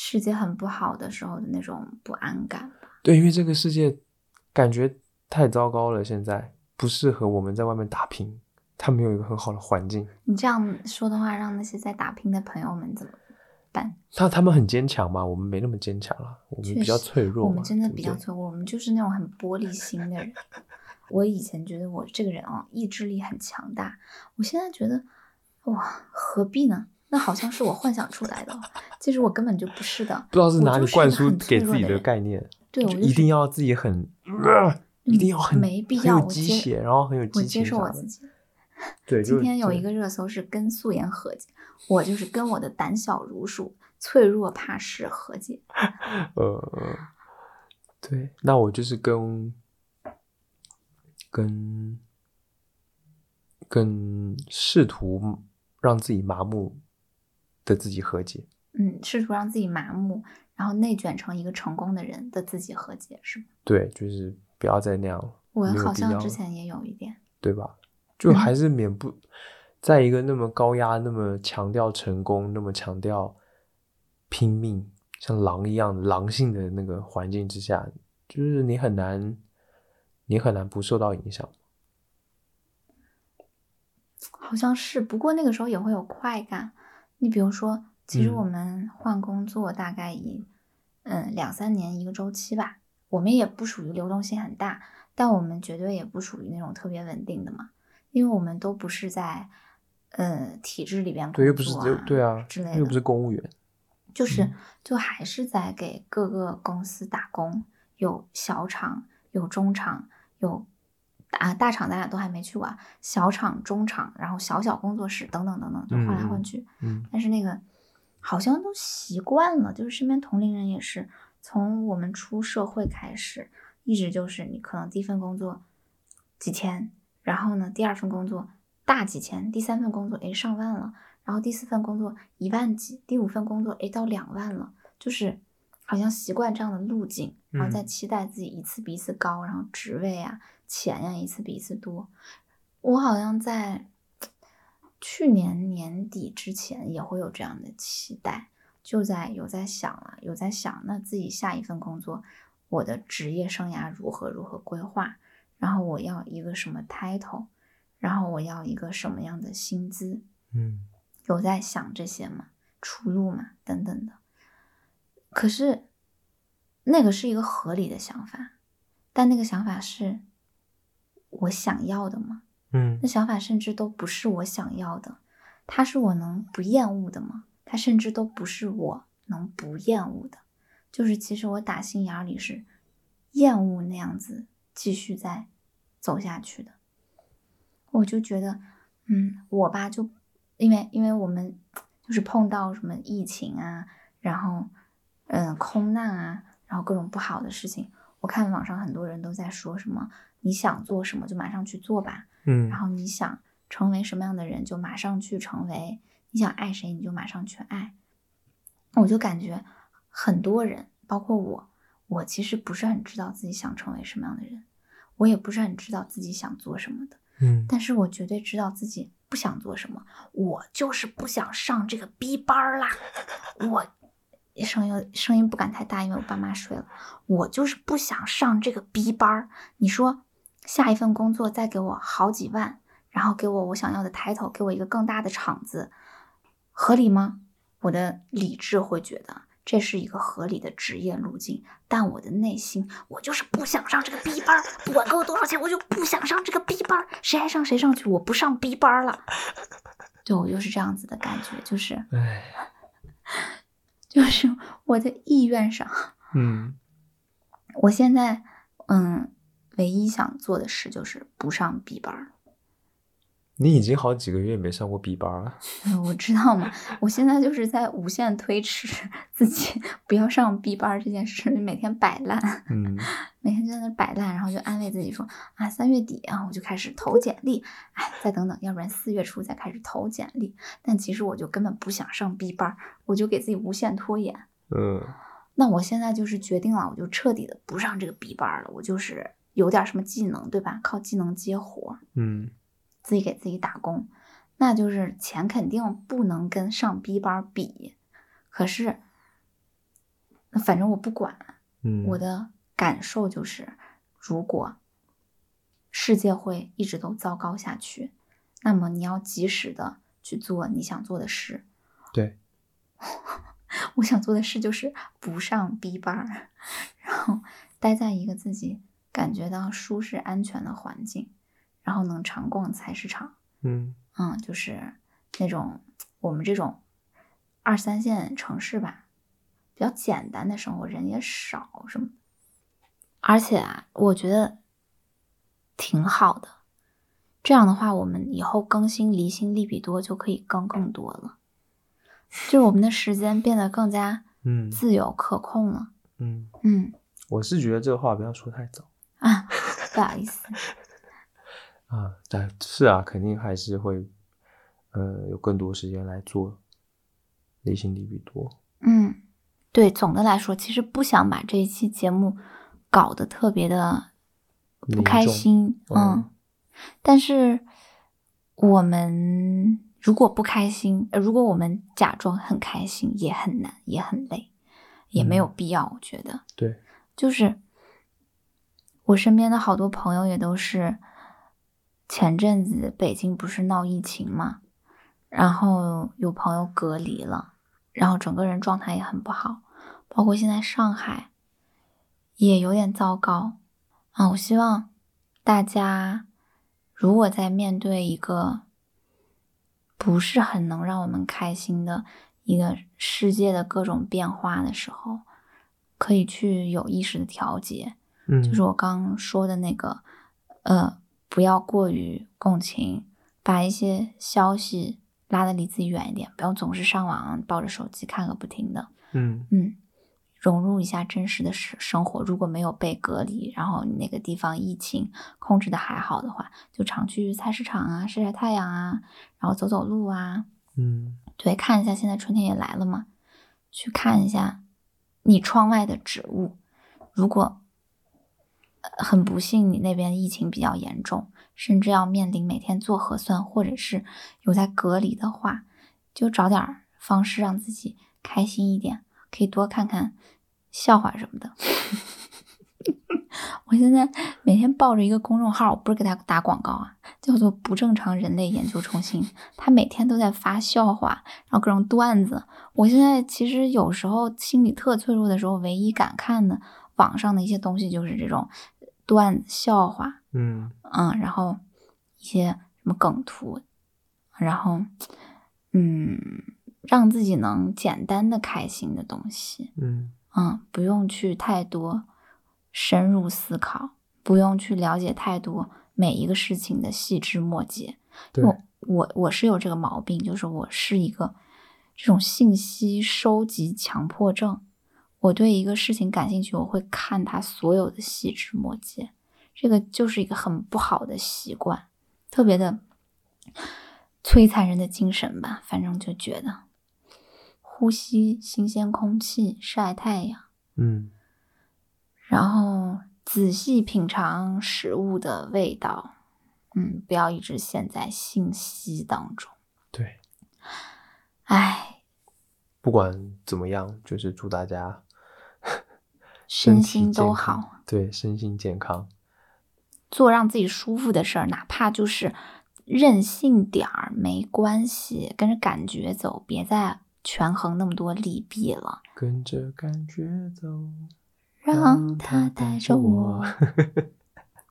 世界很不好的时候的那种不安感吧。对，因为这个世界感觉太糟糕了，现在不适合我们在外面打拼，它没有一个很好的环境。你这样说的话，让那些在打拼的朋友们怎么办？他他们很坚强嘛，我们没那么坚强啦，我们确比较实脆弱嘛，我们真的对不比较对脆弱，我们就是那种很玻璃心的人。 我以前觉得我这个人啊、意志力很强大，我现在觉得，哇，何必呢？那好像是我幻想出来的哦，其实我根本就不是的。不知道是我哪就里是一灌个输很脆给自弱己的的人概念，对我就就一是嗯定要自己很，呃一定要很没必很要有我鸡接血，然后很有我激接情受啥我的自己。对，今就天有一对个热搜是跟素颜和解，我就是跟我的胆小如鼠、脆弱怕事和解。呃，对，那我就是跟跟跟试图让自己麻木的自己和解，嗯，试图让自己麻木，然后内卷成一个成功的人的自己和解，是吗？对，就是不要再那样了，我没有好必像要之了前也有一点，对吧？就嗯还是免不在一个那么高压、那么强调成功、那么强调拼命，像狼一样的狼性的那个环境之下，就是你很难，你很难不受到影响。好像是。不过那个时候也会有快感。你比如说，其实嗯我们换工作大概一嗯两三年一个周期吧，我们也不属于流动性很大，但我们绝对也不属于那种特别稳定的嘛，因为我们都不是在呃体制里边工作、啊，对，又不是只有对啊，之类又的不是公务员，就是嗯就还是在给各个公司打工，有小厂，有中厂，有大大厂，咱俩都还没去过啊，小厂、中厂，然后小小工作室等等等等，就换来换去。嗯但是那个好像都习惯了，就是身边同龄人也是，从我们出社会开始，一直就是你可能第一份工作几千，然后呢第二份工作大几千，第三份工作诶上万了，然后第四份工作一万几，第五份工作诶到两万了，就是好像习惯这样的路径，然后再嗯期待自己一次比一次高，然后职位啊钱呀、一次比一次多。我好像在去年年底之前也会有这样的期待，就在有在想了、有在想那自己下一份工作，我的职业生涯如何如何规划，然后我要一个什么 title，然后我要一个什么样的薪资，嗯有在想这些吗？出路嘛，等等的。可是，那个是一个合理的想法，但那个想法是我想要的吗？嗯那想法甚至都不是我想要的，它是我能不厌恶的吗？它甚至都不是我能不厌恶的，就是其实我打心眼儿里是厌恶那样子继续再走下去的。我就觉得，嗯，我吧就因为因为我们就是碰到什么疫情啊，然后嗯空难啊，然后各种不好的事情，我看网上很多人都在说什么你想做什么就马上去做吧，嗯然后你想成为什么样的人，就马上去成为；你想爱谁，你就马上去爱。我就感觉很多人，包括我，我其实不是很知道自己想成为什么样的人，我也不是很知道自己想做什么的，嗯但是我绝对知道自己不想做什么。我就是不想上这个逼班儿啦，我。声音声音不敢太大，因为我爸妈睡了。我就是不想上这个逼班儿。你说下一份工作再给我好几万，然后给我我想要的 title，给我一个更大的厂子，合理吗？我的理智会觉得这是一个合理的职业路径，但我的内心，我就是不想上这个逼班儿，不管给我多少钱，我就不想上这个逼班儿，谁爱上谁上去，我不上逼班儿了。对我就是这样子的感觉，就是哎就是我的意愿上，嗯我现在嗯，唯一想做的事就是不上 B 班儿。 你已经好几个月没上过 B 班 了，嗯我知道嘛，我现在就是在无限推迟自己 不要上 B 班儿这件事，每天摆烂，嗯每天就在那摆烂，然后就安慰自己说啊，三月底啊，我就开始投简历，哎，再等等，要不然四月初再开始投简历。但其实我就根本不想上 B 班儿，我就给自己无限拖延。嗯那我现在就是决定了，我就彻底的不上这个 B 班儿了，我就是有点什么技能，对吧？靠技能接活儿，嗯自己给自己打工，那就是钱肯定不能跟上 B 班儿比。可是，反正我不管，嗯，我的感受就是，如果世界会一直都糟糕下去，那么你要及时的去做你想做的事。对， 我想做的事就是不上 B 班儿，然后待在一个自己感觉到舒适安全的环境，然后能常逛菜市场，嗯嗯，就是那种我们这种二三线城市吧，比较简单的生活，人也少什么的。而且啊，我觉得挺好的。这样的话，我们以后更新离心力比多就可以更更多了，就是我们的时间变得更加嗯自由可控了。嗯，嗯我是觉得这话不要说太早啊，不好意思，啊，但是啊，肯定还是会呃有更多时间来做离心力比多，嗯，对，总的来说，其实不想把这一期节目搞得特别的不凝开重心，嗯嗯，但是我们如果不开心，呃如果我们假装很开心，也很难，也很累，也没有嗯必要，我觉得。对，就是我身边的好多朋友也都是，前阵子北京不是闹疫情嘛，然后有朋友隔离了，然后整个人状态也很不好，包括现在上海也有点糟糕啊。我希望大家如果在面对一个不是很能让我们开心的一个世界的各种变化的时候，可以去有意识的调节，嗯，就是我刚刚说的那个，呃，不要过于共情，把一些消息拉得离自己远一点，不要总是上网抱着手机看个不停的，嗯嗯，融入一下真实的生生活。如果没有被隔离，然后你那个地方疫情控制的还好的话，就常去菜市场啊，晒晒太阳啊，然后走走路啊，嗯对，看一下现在春天也来了嘛，去看一下你窗外的植物。如果呃很不幸你那边疫情比较严重，甚至要面临每天做核酸或者是有在隔离的话，就找点儿方式让自己开心一点，可以多看看笑话什么的。 我现在每天抱着一个公众号，我不是给他打广告啊，叫做“不正常人类研究中心”，他每天都在发笑话，然后各种段子。我现在其实有时候心理特脆弱的时候，唯一敢看的网上的一些东西就是这种段子、笑话，嗯嗯，然后一些什么梗图，然后嗯，让自己能简单的开心的东西。嗯嗯，不用去太多深入思考，不用去了解太多每一个事情的细枝末节。对我我我是有这个毛病，就是我是一个这种信息收集强迫症。我对一个事情感兴趣，我会看它所有的细枝末节，这个就是一个很不好的习惯，特别的摧残人的精神吧。反正就觉得呼吸新鲜空气，晒太阳。嗯然后仔细品尝食物的味道，嗯，不要一直陷在信息当中。对，唉，不管怎么样，就是祝大家身体心都健康好，，对，身心健康，做让自己舒服的事儿，哪怕就是任性点儿没关系，跟着感觉走，别再权衡那么多利弊了，跟着感觉走，让它带着我。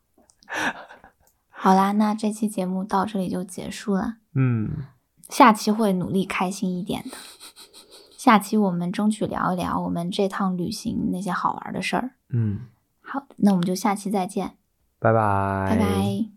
好啦，那这期节目到这里就结束了。嗯，下期会努力开心一点的。下期我们争取聊一聊我们这趟旅行那些好玩的事儿。嗯，好，那我们就下期再见，拜拜拜。